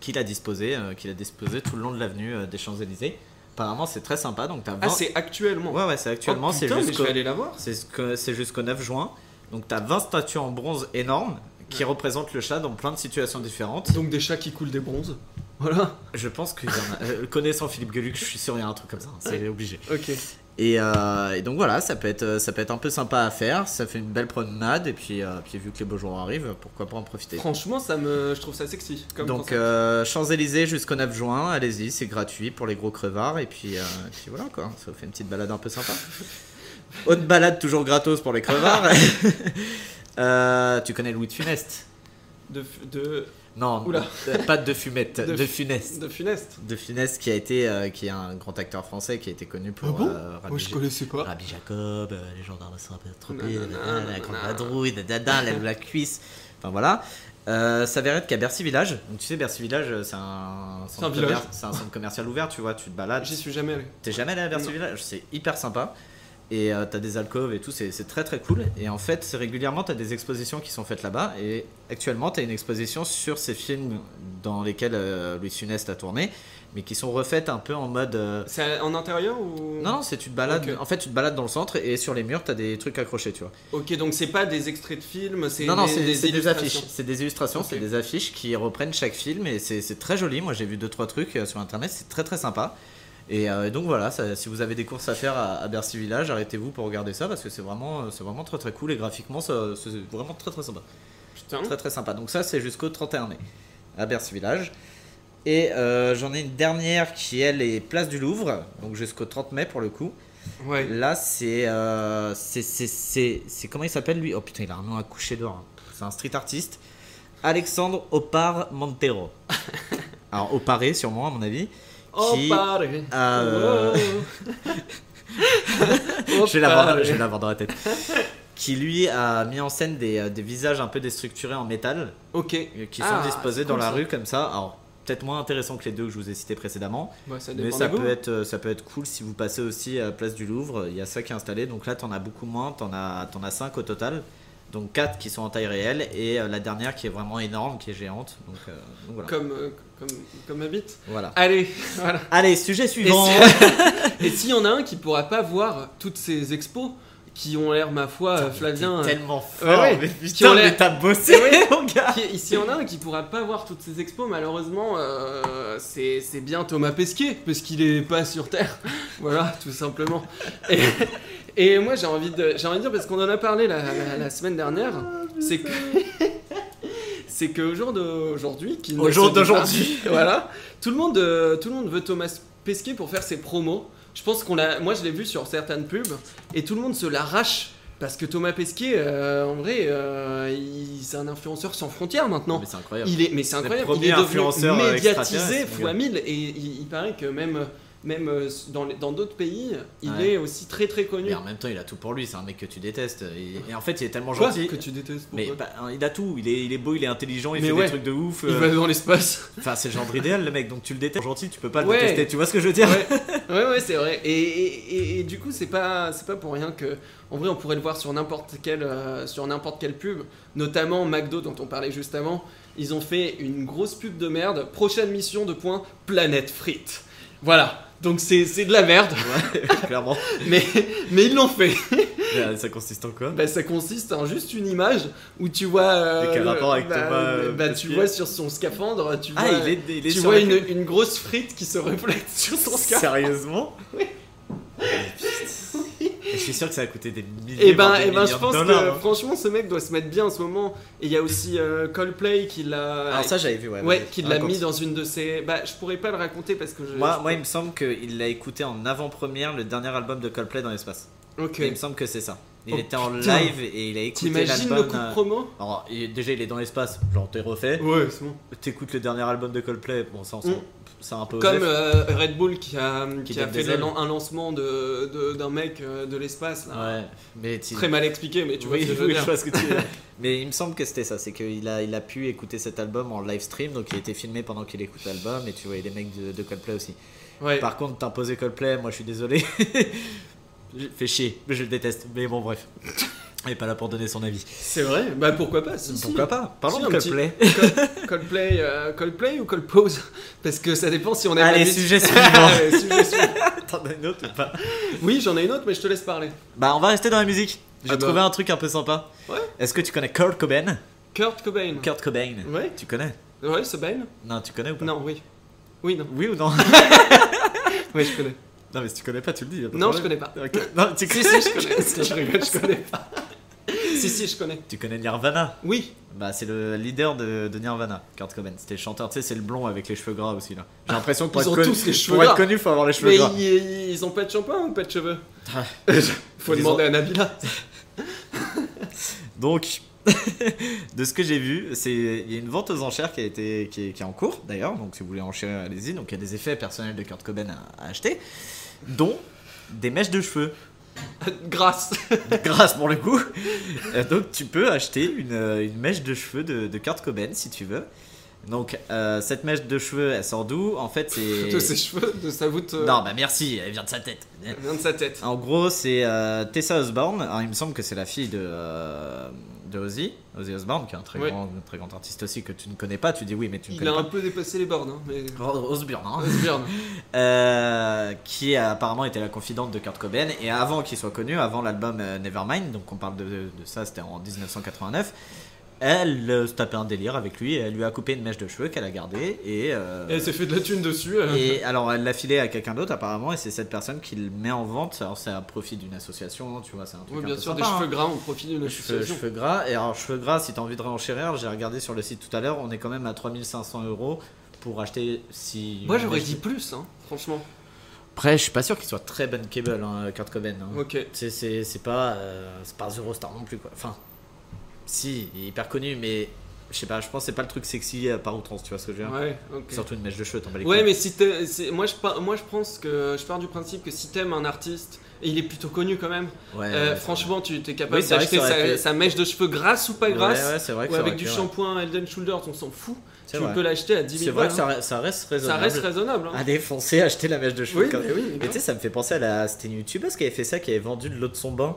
qu'il a disposé, euh, qu'il a disposé tout le long de l'avenue euh, des Champs-Élysées. Apparemment, c'est très sympa, donc t'as Ah, vingt- c'est actuellement. Ouais, ouais, c'est actuellement, Oh, c'est putain, mais je jusqu'au vais aller la voir. c'est ce que- c'est jusqu'au 9 juin. Donc t'as 20 statues en bronze énormes qui représentent le chat dans plein de situations différentes. Donc des chats qui coulent des bronzes. Voilà. Je pense que euh, connaissant Philippe Gueluc, je suis sûr il y a un truc comme ça, hein, c'est obligé. Ok. Et, euh, et donc voilà, ça peut être euh, ça peut être un peu sympa à faire, ça fait une belle promenade et puis euh, puis vu que les beaux jours arrivent, pourquoi pas en profiter. Franchement, ça me... je trouve ça sexy. Comme donc concept. euh, Champs-Élysées jusqu'au 9 juin, allez-y, c'est gratuit pour les gros crevards et puis, euh, et puis voilà quoi, ça vous fait une petite balade un peu sympa. Autre balade toujours gratos pour les crevards. Euh, tu connais Louis de Funeste de, f- de... Non, Oula. euh, pas de fumette, De de, fu- Funeste. de funeste. De Funès qui a été euh, qui est un grand acteur français qui a été connu pour Ah bon euh, Rabbi, Moi, je Ja- connaissais pas. Rabbi Jacob, euh, les gendarmes de Saint-Tropez, Nanana, la grande nanana. vadrouille, dadada, la, la cuisse. Enfin voilà. Euh, ça verrait être qu'à Bercy Village, donc tu sais Bercy Village euh, c'est un, centre village. commer- c'est un centre commercial ouvert, tu vois, tu te balades, J'y suis jamais allé. t'es jamais allé à Bercy Non. Village, c'est hyper sympa. Et euh, t'as des alcôves et tout, c'est c'est très très cool. Et en fait, c'est régulièrement t'as des expositions qui sont faites là-bas. Et actuellement, t'as une exposition sur ces films dans lesquels euh, Louis de Funès a tourné, mais qui sont refaites un peu en mode. euh, C'est en intérieur ou Non, non, c'est tu te balades. Ok. En fait, tu te balades dans le centre et sur les murs, t'as des trucs accrochés, tu vois. Ok, donc c'est pas des extraits de films, c'est Non, non, des, c'est c'est des illustrations. affiches. C'est des illustrations, Ok. c'est des affiches qui reprennent chaque film et c'est c'est très joli. Moi, j'ai vu deux trois trucs euh, sur internet, c'est très très sympa. Et euh, donc voilà, ça- si vous avez des courses à faire à, à Bercy Village, arrêtez-vous pour regarder ça parce que c'est vraiment, euh, c'est vraiment très très cool et graphiquement ça- c'est vraiment très très sympa. Putain. Très très sympa. Donc ça c'est jusqu'au 31 mai à Bercy Village. Et euh, j'en ai une dernière qui elle est place du Louvre, donc jusqu'au 30 mai pour le coup. Ouais. Là c'est, euh, c'est, c'est, c'est, c'est- comment il s'appelle lui Oh putain il a un nom à coucher dehors. hein. C'est un street artiste. Alexandre Opar Montero. Alors Oparé sûrement à mon avis. Oh, qui- paré. Euh, Oh, je vais l'avoir, paré. je vais l'avoir dans la tête. qui lui a mis en scène des, euh, des visages un peu déstructurés en métal Ok. euh, qui sont Ah, disposés c'est dans cool, la ça. rue comme ça. Alors peut-être moins intéressant que les deux que je vous ai cités précédemment, Bah, ça mais dépend ça des goûts. peut être euh, ça peut être cool si vous passez aussi à Place du Louvre. Il y a ça qui est installé, donc là t'en as beaucoup moins, t'en as t'en as cinq au total. Donc 4 qui sont en taille réelle et euh, la dernière qui est vraiment énorme, qui est géante. Donc, euh, donc voilà. Comme, euh, comme, comme ma bite. Voilà. Allez, voilà. Allez, sujet Et suivant. si- Et s'il y en a un qui pourra pas voir toutes ces expos qui ont l'air, ma foi, euh, Flavien. T'es euh, Tellement fort. ouais, ouais. mais Qui ont putain, l'air- mais t'as bossé, Ouais. mon gars. qui- et S'il y en a un qui pourra pas voir toutes ces expos, malheureusement, euh, c'est c'est bien Thomas Pesquet, parce qu'il est pas sur Terre. voilà, tout simplement. Et, et moi, j'ai envie, de- j'ai envie de dire, parce qu'on en a parlé la, la- la semaine dernière, Ah, c'est que. C'est qu'au jour de- aujourd'hui, qui ne Au jour se dit pas, d'aujourd'hui. voilà, tout le monde, euh, tout le monde veut Thomas Pesquet pour faire ses promos. Je pense qu'on l'a, moi je l'ai vu sur certaines pubs et tout le monde se l'arrache parce que Thomas Pesquet, euh, en vrai, euh, il- c'est un influenceur sans frontières maintenant. Mais c'est incroyable. Il est, mais c'est le incroyable, il premier est devenu influenceur, euh, médiatisé extraterrestre, mon fois gars. 1000 et il, il paraît que même, même euh, dans les- dans d'autres pays, il Ouais. est aussi très très connu. Mais en même temps, il a tout pour lui. C'est un mec que tu détestes. Et, et en fait, il est tellement Quoi gentil. que tu détestes Mais pourquoi bah, il a tout. Il est, il est beau, il est intelligent, il Mais fait ouais. des trucs de ouf. Il euh, va dans l'espace. Enfin, c'est le genre idéal, le mec. Donc tu le détestes. Gentil, tu peux pas le Ouais. détester. Tu vois ce que je veux dire Ouais, ouais, ouais, c'est vrai. Et, et- et- et du coup, c'est pas, c'est pas pour rien que, en vrai, on pourrait le voir sur n'importe quelle, euh, sur n'importe quelle pub, notamment McDo dont on parlait juste avant. Ils ont fait une grosse pub de merde. Prochaine mission de point planète frites. Voilà. Donc c'est c'est de la merde, Ouais, clairement. mais, mais ils l'ont fait. Bah, ça consiste en quoi Bah, ça consiste en juste une image où tu vois. euh, Mais quel le- rapport avec bah, Thomas, euh, bah, tu Pesquet vois sur son scaphandre, tu vois, Ah, il est, il est bah, tu sur vois la- une, une grosse frite qui se reflète sur son scaphandre. Sérieusement Et Je suis sûr que ça a coûté des milliers. Et ben, voire des eh ben milliards je de pense que dollars, hein. franchement, ce mec doit se mettre bien en ce moment. Et il y a aussi euh, Coldplay qui l'a. Alors Ah, ça, j'avais vu. Ouais. ouais, vas-y, qui l'a raconte. mis dans une de ses. Bah, je pourrais pas le raconter parce que je. Moi, je- moi, il me semble qu'il l'a écouté en avant-première le dernier album de Coldplay dans l'espace. Ok. Il me semble que c'est ça. Il Oh, était en putain. live et il a écouté T'imagines l'album. le coup de euh, promo Alors, il- déjà, il est dans l'espace, genre t'es refait. Ouais, c'est bon. T'écoutes le dernier album de Coldplay, bon, ça, on s'en- Mm. ça un peu Comme osé. euh, Red Bull qui a, qui Qui a donne fait des le ailes. lan- un lancement de- de- d'un mec euh, de l'espace. là. Ouais, mais tu- Très mal expliqué, mais tu vois Oui, ce que je oui, veux dire. vois ce que tu veux dire. Mais il me semble que c'était ça, c'est qu'il a, il a pu écouter cet album en live stream, donc il était filmé pendant qu'il écoute l'album, et tu voyais les mecs de, de Coldplay aussi. Ouais. Par contre, t'imposais Coldplay, moi je suis désolé. Je- Fais chier, je le déteste, mais bon, bref. Il est pas là pour donner son avis. C'est vrai. Bah pourquoi pas si, si. Pourquoi pas Parlons Si, de un petit- Coldplay. Col- Coldplay, euh, Coldplay ou Coldpose Parce que ça dépend si on aime la Allez, musique. sujet suivant. Allez, sujet suivant. T'en as une autre ou pas Oui, j'en ai une autre, mais je te laisse parler. Bah, on va rester dans la musique. J'ai Ah bah. trouvé un truc un peu sympa. Ouais. Est-ce que tu connais Kurt Cobain Kurt Cobain. Kurt Cobain. Ouais, Tu connais ouais, Cobain Non, tu connais ou pas Non, oui. Oui, non. Oui ou non Oui, je connais. Non, mais si tu connais pas, tu le dis. y a pas de Non, je problème. connais pas. Ok. Non, tu Si, connais si, je connais. je rigole, je connais pas. si, si, je connais. Tu connais Nirvana Oui. Bah, c'est le leader de, de Nirvana, Kurt Cobain. C'était le chanteur, tu sais, c'est le blond avec les cheveux gras aussi là. J'ai l'impression que pour, Ils être ont connu, tous les cheveux pour être gras. connu, faut avoir les cheveux Mais gras. ils, ils ont pas de shampoing ou pas de cheveux Ah. Faut Ils demander à Nabila. Donc, de ce que j'ai vu, c'est il y a une vente aux enchères qui, a été, qui, est, qui est en cours d'ailleurs. Donc, si vous voulez enchérir, allez-y. Donc, il y a des effets personnels de Kurt Cobain à, à acheter, dont des mèches de cheveux, Grâce. grâce pour le coup. Euh, Donc, tu peux acheter une, euh, une mèche de cheveux de, de Kurt Cobain si tu veux. Donc, euh, cette mèche de cheveux, elle sort d'où En fait, De ses c'est. cheveux, de sa voûte. euh, Non, bah merci, elle vient de sa tête. Vient de sa tête. En gros, c'est euh, Tessa Osborne. Alors, il me semble que c'est la fille de, euh, de Ozzy. Ozzy Osborne, qui est un très, Oui. grand, un très grand artiste aussi que tu ne connais pas. Tu dis oui, mais tu ne Il a connais un pas. peu dépassé les bornes, hein, mais. Osborne, hein. Osborne. Euh, qui a apparemment été la confidente de Kurt Cobain. Et avant qu'il soit connu, avant l'album euh, Nevermind, donc on parle de, de ça, c'était en 1989. elle euh, se tapait un délire avec lui, et elle lui a coupé une mèche de cheveux qu'elle a gardée et, euh, Et elle s'est fait de la thune dessus. euh. et alors elle l'a filé à quelqu'un d'autre apparemment et c'est cette personne qui le met en vente. Alors c'est à profit d'une association, tu vois, c'est un truc Oui, un bien peu sûr, des sympa, hein. cheveux gras, on profite d'une Cheveux, association. cheveux gras. Et alors, cheveux gras, si t'as envie de réenchérir, j'ai regardé sur le site tout à l'heure, on est quand même à 3500 euros pour acheter si. Moi, j'aurais mais je- dit plus, hein, franchement. Après, je suis pas sûr qu'il soit très bonne cable, hein, Kurt Cobain. hein. Ok. C'est- C'est c'est pas, euh, c'est pas Eurostar non plus, quoi. Enfin, si, il est hyper connu, mais je sais pas, je pense que c'est pas le truc sexy euh, par outrance, tu vois ce que je veux dire Ouais, ok. Surtout une mèche de cheveux, t'en bats les Ouais, couilles. mais si t'es- c'est- moi, je par- moi je pense que je pars du principe que si t'aimes un artiste et il est plutôt connu quand même, Ouais, euh, ouais, franchement tu t'es capable Oui, c'est vrai d'acheter que ça sa, aurait été- sa mèche de cheveux grasse ou pas c'est vrai. grasse Ouais, ouais, c'est vrai que ou ça avec aurait du pu, ouais. shampoing Elden Shoulders, on s'en fout. C'est Tu vrai. peux l'acheter à 10 C'est 000 vrai balles. que hein. ça, ça reste Ça raisonnable. reste raisonnable. hein. À défoncer, acheter la mèche de cheveux. Oui, comme- mais oui, mais Mais tu sais, bien. ça me fait penser à la. C'était une youtubeuse qui avait fait ça, qui avait vendu de l'eau de son bain.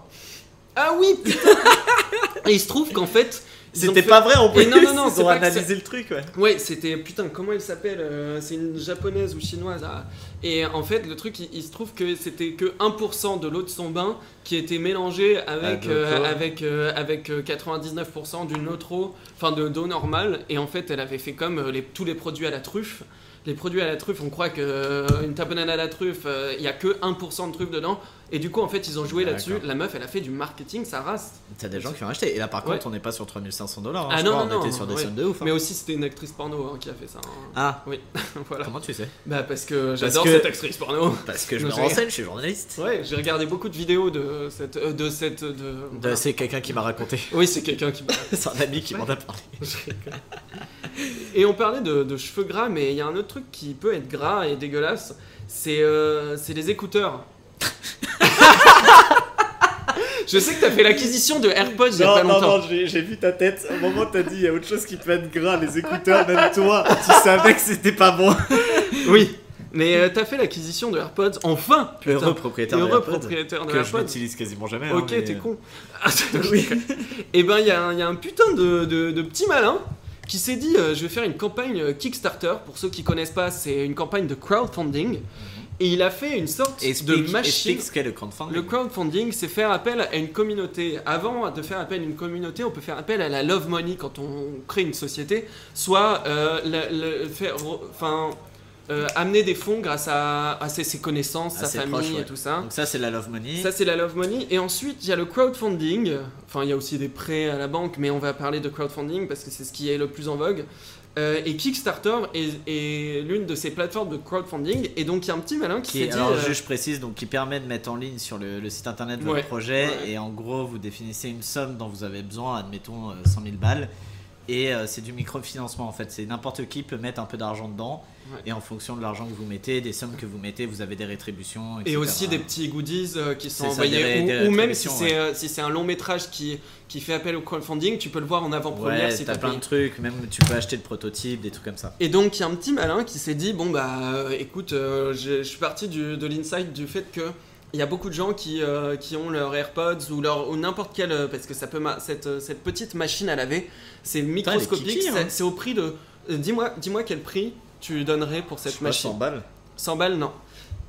Ah oui, putain Et il se trouve qu'en fait. ils ont C'était fait- pas vrai en plus. Mais non, non, non, ils c'est ont pas que analysé le truc, ouais. Ouais, c'était putain, comment elle s'appelle euh, C'est une japonaise ou chinoise. ah. Et en fait, le truc, il, il se trouve que c'était que 1% de l'eau de son bain qui était mélangée avec Ah, de euh, l'eau. avec euh, avec euh, 99% d'une autre eau, enfin de d'eau normale. Et en fait, elle avait fait comme euh, les- tous les produits à la truffe. Les produits à la truffe, on croit que euh, une tapenade à la truffe, euh, il y a que 1% de truffe dedans. Et du coup, en fait, ils ont joué D'accord. là-dessus. La meuf, elle a fait du marketing, ça race. T'as des gens qui ont acheté. Et là, par Ouais. contre, on n'est pas sur 3500 dollars. hein, Ah, non, non, on était non, sur des ouais. sommes de ouf. hein. Mais aussi, c'était une actrice porno hein, qui a fait ça. hein. Ah, voilà. comment tu sais Bah parce que j'adore que- cette actrice porno. Parce que je Non, me c'est- renseigne, je suis journaliste. Ouais, j'ai regardé beaucoup de vidéos de cette euh, de cette de. Bah, C'est quelqu'un qui m'a raconté. Oui, c'est quelqu'un qui. C'est un ami qui m'en a parlé. Et on parlait de, de cheveux gras, mais il y a un autre truc qui peut être gras et dégueulasse, c'est euh, c'est les écouteurs. Je sais que t'as fait l'acquisition de AirPods il y a pas longtemps. j'ai j'ai vu ta tête. Au moment où t'as dit, il y a autre chose qui peut être gras, les écouteurs, même toi, tu savais que c'était pas bon. Oui, mais euh, t'as fait l'acquisition de AirPods enfin. Putain. Heureux propriétaire de Heureux AirPods, propriétaire de Que je AirPods. n'utilise quasiment jamais. Ok, hein, mais- t'es con. Ah, Oui. Et ben, il y, a un- il y a un putain de, de- de petit malin qui s'est dit euh, je vais faire une campagne euh, Kickstarter. Pour ceux qui connaissent pas, c'est une campagne de crowdfunding. Et il a fait une sorte Mhm. Explique, de machine. explique ce qu'est le crowdfunding. Le crowdfunding, c'est faire appel à une communauté. Avant de faire appel à une communauté, on peut faire appel à la love money quand on crée une société, soit euh, la- la- faire, enfin, euh, amener des fonds grâce à, à ses, ses connaissances, À sa ses famille proches, ouais. Mm. et tout ça. Donc ça, c'est la love money. Ça, hein c'est la Love Money. Et ensuite, il y a le crowdfunding. Enfin, il y a aussi des prêts à la banque, mais on va parler de crowdfunding parce que c'est ce qui est le plus en vogue. Euh, et Kickstarter est, est l'une de ces plateformes de crowdfunding. Et donc, il y a un petit malin qui qui s'est est, dit. alors, euh, je, je précise, donc qui permet de mettre en ligne sur le, le site internet votre Ouais. projet Ouais. et en gros vous définissez une somme dont vous avez besoin, admettons euh, 100 000 balles, et euh, c'est du microfinancement en fait. C'est n'importe qui peut mettre un peu d'argent dedans Ouais. et en fonction de l'argent que vous mettez, des sommes que vous mettez, vous avez des rétributions. Et etc. aussi des petits goodies euh, qui sont C'est ça, envoyés. des ré- ou- des ou, même si rétributions, c'est euh, si c'est un long métrage qui, qui fait appel au crowdfunding, tu peux le voir en avant-première Ouais, si t'as t'as plein payé. de trucs, même tu peux acheter le prototype, des trucs comme ça. Et donc il y a un petit malin qui s'est dit bon bah euh, écoute euh, je je suis parti du- de l'insight du fait que il y a beaucoup de gens qui, euh, qui ont leurs AirPods ou leur ou n'importe quel euh, parce que ça peut ma- cette, euh, cette petite machine à laver c'est microscopique kiki, hein. c'est- c'est au prix de euh, dis-moi dis-moi quel prix tu donnerais pour cette Je sais pas, machine 100 balles. 100 balles, non.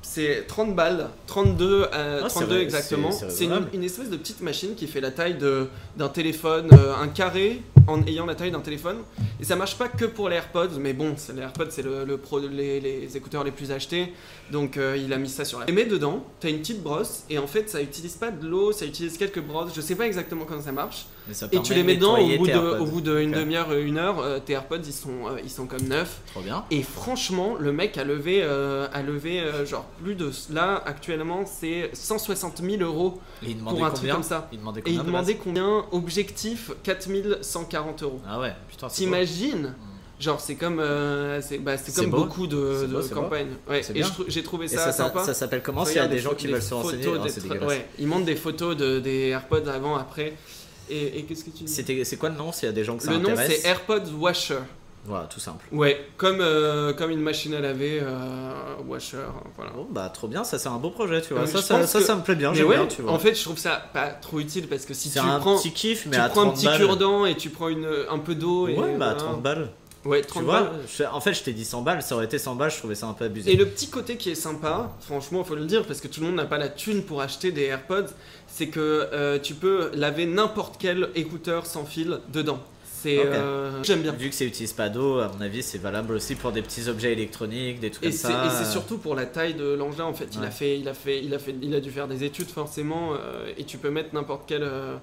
C'est 30 balles, 32, euh, Ah, c'est 32 vrai- exactement. c'est- c'est C'est une, raisonnable. une espèce de petite machine qui fait la taille de- d'un téléphone, euh, un carré en ayant la taille d'un téléphone. Et ça marche pas que pour les AirPods, mais bon, c'est- les AirPods, c'est le, le pro- les, les écouteurs les plus achetés. Donc euh, il a mis ça sur la. Et mets dedans, t'as une petite brosse, et en fait ça utilise pas de l'eau, ça utilise quelques brosses, je sais pas exactement comment ça marche. Mais ça Et permet tu de les mets dedans, au nettoyer bout tes de- AirPods. au bout d'une Ok. demi-heure, une heure, euh, tes AirPods ils sont, euh, ils sont comme neufs. Trop bien. Et franchement, le mec a levé, euh, a levé euh, genre plus de. Là, actuellement, c'est 160 000 euros Et il pour demandait un truc combien comme ça. Il demandait Et combien il de demandait combien Objectif 4140 euros. base Ah ouais, putain, c'est beau. Hmm. T'imagines Genre, c'est comme, euh, c'est bah, c'est C'est comme beau. beaucoup de, C'est beau, de c'est beau. campagnes. Ouais, C'est et bien. je trou- j'ai trouvé Et ça, ça, ça- sympa. ça s'appelle comment S'il y a Regarde des les gens photos- qui les veulent se renseigner, photos Ah, des c'est tra- dégueulasse. ouais, ils montrent des photos de, des AirPods avant, après. Et, et qu'est-ce que tu dis C'était- C'est quoi le nom s'il y a des gens que ça Le nom, intéresse c'est AirPods Washer. Voilà, tout simple. Ouais, comme, euh, comme une machine à laver, euh, washer, hein, voilà. Bon, bah trop bien, ça c'est un beau projet, tu vois. Ouais, ça, je ça, pense ça, que- ça me plaît bien, Mais j'aime ouais, bien, tu vois. en fait, je trouve ça pas trop utile parce que si tu c'est un prends, petit kiff, mais tu à prends 30 un petit balles. cure-dent et tu prends une, euh, un peu d'eau. et Ouais, bah à voilà. 30 balles. Ouais, tu 30 vois, balles. je- en fait, je t'ai dit 100 balles, ça aurait été 100 balles, je trouvais ça un peu abusé. Et le petit côté qui est sympa, franchement, faut le dire, parce que tout le monde n'a pas la thune pour acheter des AirPods, c'est que euh, tu peux laver n'importe quel écouteur sans fil dedans. C'est Ok. euh, j'aime bien. Vu que ça utilise pas d'eau, à mon avis, c'est valable aussi pour des petits objets électroniques, des trucs Et comme c'est ça. euh, et c'est surtout pour la taille de l'engin en fait. Il Ouais. a fait, il a fait, il a fait, il a dû faire des études forcément. euh, et tu peux mettre n'importe quel, euh,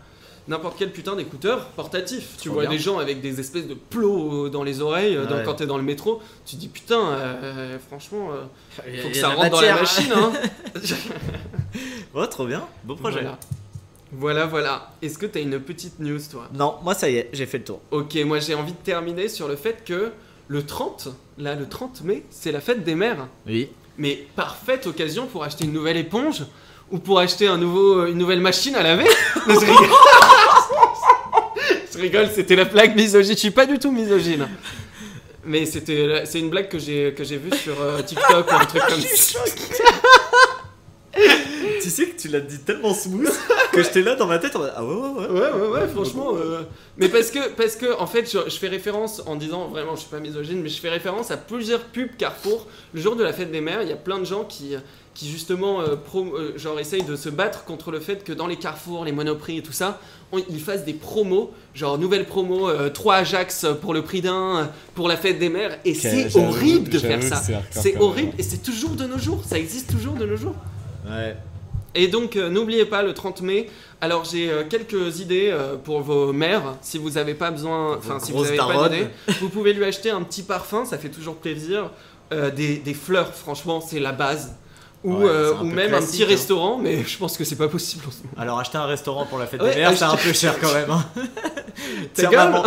n'importe quel putain d'écouteur portatif. Tu Trop vois bien. des gens avec des espèces de plots euh, dans les oreilles euh, dans- Ouais. quand t'es dans le métro. Tu te dis putain, euh, franchement, euh, Il y a- faut il que y a ça de la rentre dans la matière. machine. Hein. Oh, trop bien, beau projet. Voilà. Voilà, voilà. Est-ce que t'as une petite news, toi Non, moi ça y est, j'ai fait le tour. Ok, moi j'ai envie de terminer sur le fait que le 30, là, le 30 mai, c'est la fête des mères. Oui. Mais parfaite occasion pour acheter une nouvelle éponge ou pour acheter un nouveau, euh, une nouvelle machine à laver. Non, je rigole. Je rigole, c'était la blague misogyne. Je suis pas du tout misogyne. Mais c'était, la- c'est une blague que j'ai, que j'ai vue sur euh, TikTok ou un truc comme ça. tu sais que tu l'as dit tellement smooth que j'étais là dans ma tête en mode, Ah ouais, ouais, ouais. Ouais, ouais, ouais, franchement. euh, Mais parce que, parce que en fait, je, je fais référence en disant vraiment, je suis pas misogyne, mais je fais référence à plusieurs pubs Carrefour. Le jour de la fête des mères, il y a plein de gens qui, euh, qui justement, euh, pro- euh, genre, essayent de se battre contre le fait que dans les Carrefours, les Monoprix et tout ça, on- ils fassent des promos, genre nouvelle promo, 3 Ajax pour le prix d'un, euh, pour la fête des mères. Et c'est j'avoue, horrible de faire j'avoue que ça. c'est hardcore C'est quand même. hein. horrible et c'est toujours de nos jours, ça existe toujours de nos jours. Ouais. Et donc euh, n'oubliez pas le 30 mai. Alors j'ai euh, quelques idées euh, pour vos mères. Si vous n'avez pas besoin, enfin si vous grosses n'avez pas daronnes. d'idées, vous pouvez lui acheter un petit parfum. Ça fait toujours plaisir. Euh, des, des fleurs, franchement, c'est la base. Ou, Ouais, euh, c'est un ou peu même un petit classique, hein. restaurant, mais je pense que c'est pas possible en ce moment. Alors acheter un restaurant pour la fête Ouais, des mères, c'est un acheter- peu cher quand même. Hein. Ta Tiens, gueule maman.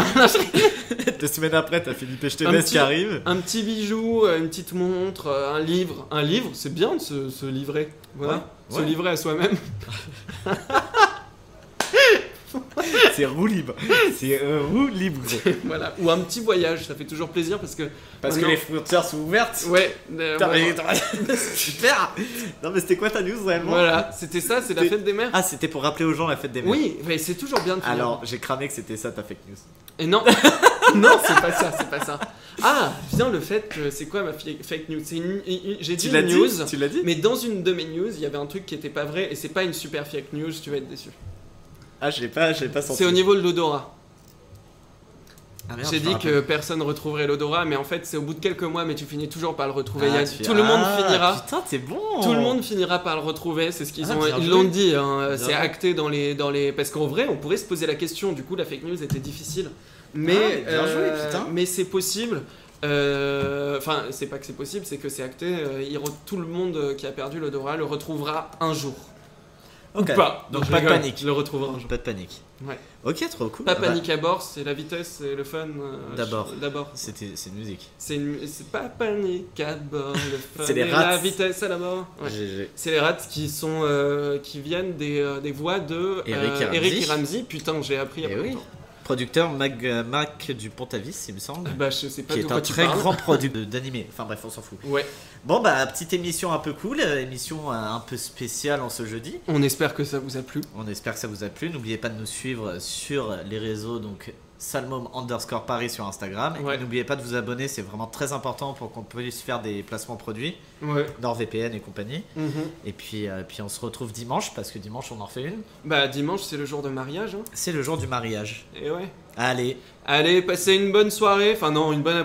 Deux semaines après, t'as Philippe Un Echteves petit- qui arrive. Un petit bijou, euh, une petite montre, euh, un livre. Un livre, c'est bien de se, se livrer. Voilà. Ouais, Se ouais. livrer à soi-même. C'est roue libre. C'est euh, roue libre. voilà. Ou un petit voyage, ça fait toujours plaisir parce que. Parce que Maintenant- les frontières sont ouvertes. Ouais. euh, Putain, voilà. mais- Super Non mais c'était quoi ta news vraiment Voilà, c'était ça, c'est la T'es- fête des mères. Ah c'était pour rappeler aux gens la fête des mères. Oui, mais c'est toujours bien de finir. Alors j'ai cramé que c'était ça ta fake news. Et non, non, c'est pas ça, c'est pas ça. Ah, vient le fait que c'est quoi ma fi- fake news C'est une- une- J'ai dit Tu l'as une dit news, Tu l'as dit mais dans une de mes news, il y avait un truc qui était pas vrai et c'est pas une super fake news, tu vas être déçu. Ah je l'ai pas, je l'ai pas senti. C'est au niveau de l'odorat. Ah, merde, J'ai je dit me que personne retrouverait l'odorat, mais en fait, c'est au bout de quelques mois, mais tu finis toujours par le retrouver. rappelle. Il y Ah, a- tu- Tout le monde Ah, finira. Putain t'es bon. Tout le monde finira par le retrouver, c'est ce qu'ils Oh. Ah, ont, bien ils joué. l'ont dit, hein, c'est joué. acté dans les, dans les, parce qu'en vrai, on pourrait se poser la question. Du coup, la fake news était difficile, mais, euh, Ah, mais bien joué, putain. mais c'est possible. euh, Enfin, c'est pas que c'est possible, c'est que c'est acté. euh, il re- tout le monde euh, qui a perdu l'odorat le retrouvera un jour. Ok. Pas. Donc Je pas de rigole, panique. Je le retrouvera un jour. Pas de panique. Ouais. Ok trop cool. Pas Ah bah, panique à bord, c'est la vitesse, c'est le fun. euh, D'abord. je- D'abord. C'était c'est une musique. C'est une- c'est pas panique à bord, le fun. C'est les et La rats. vitesse à la bord. Ouais. GG. C'est les rats qui sont euh, qui viennent des, euh, des voix de euh, Eric et Ramsey. Eric et Ramsey. Putain, j'ai appris. il y a Eh pas oui. longtemps. Producteur Mac, euh, Mac du Pontavis il me semble. Bah, je sais pas Qui de est quoi un tu très parles. grand produit de- d'animé. Enfin bref, on s'en fout. Ouais. Bon bah petite émission un peu cool, euh, émission euh, un peu spéciale en ce jeudi. On espère que ça vous a plu. On espère que ça vous a plu. N'oubliez pas de nous suivre sur les réseaux donc Salmom underscore Paris sur Instagram. Ouais. Et N'oubliez pas de vous abonner, c'est vraiment très important pour qu'on puisse faire des placements produits, Ouais. NordVPN et compagnie. Mhm. Et puis, euh, puis on se retrouve dimanche parce que dimanche on en refait une. Bah dimanche c'est le jour de mariage. Hein. C'est le jour du mariage. Et ouais. Allez, Allez, passez une bonne soirée. Enfin non, une bonne après